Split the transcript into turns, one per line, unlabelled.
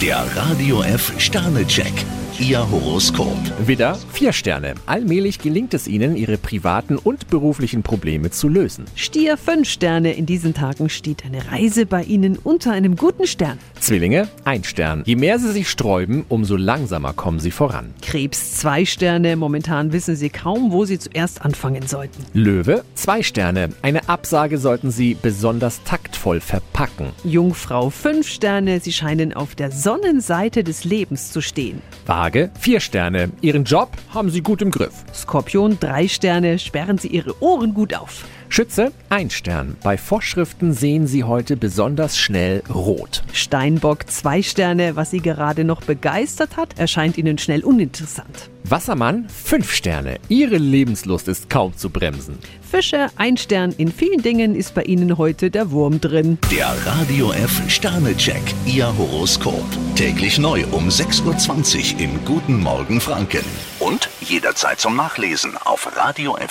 Der Radio F Sternecheck. Ihr Horoskop.
Widder, vier Sterne. Allmählich gelingt es Ihnen, Ihre privaten und beruflichen Probleme zu lösen.
Stier, fünf Sterne. In diesen Tagen steht eine Reise bei Ihnen unter einem guten Stern.
Zwillinge, ein Stern. Je mehr Sie sich sträuben, umso langsamer kommen Sie voran.
Krebs, zwei Sterne. Momentan wissen Sie kaum, wo Sie zuerst anfangen sollten.
Löwe, zwei Sterne. Eine Absage sollten Sie besonders taktvoll verpacken.
Jungfrau, fünf Sterne. Sie scheinen auf der Sonnenseite des Lebens zu stehen.
Waage, vier Sterne. Ihren Job haben Sie gut im Griff.
Skorpion, drei Sterne. Sperren Sie Ihre Ohren gut auf.
Schütze, ein Stern. Bei Vorschriften sehen Sie heute besonders schnell rot.
Steinbock, zwei Sterne. Was Sie gerade noch begeistert hat, erscheint Ihnen schnell uninteressant.
Wassermann, fünf Sterne. Ihre Lebenslust ist kaum zu bremsen.
Fische, ein Stern. In vielen Dingen ist bei Ihnen heute der Wurm drin.
Der Radio F Sternecheck. Ihr Horoskop. Täglich neu um 6.20 Uhr im Guten Morgen Franken. Und jederzeit zum Nachlesen auf radiof.de.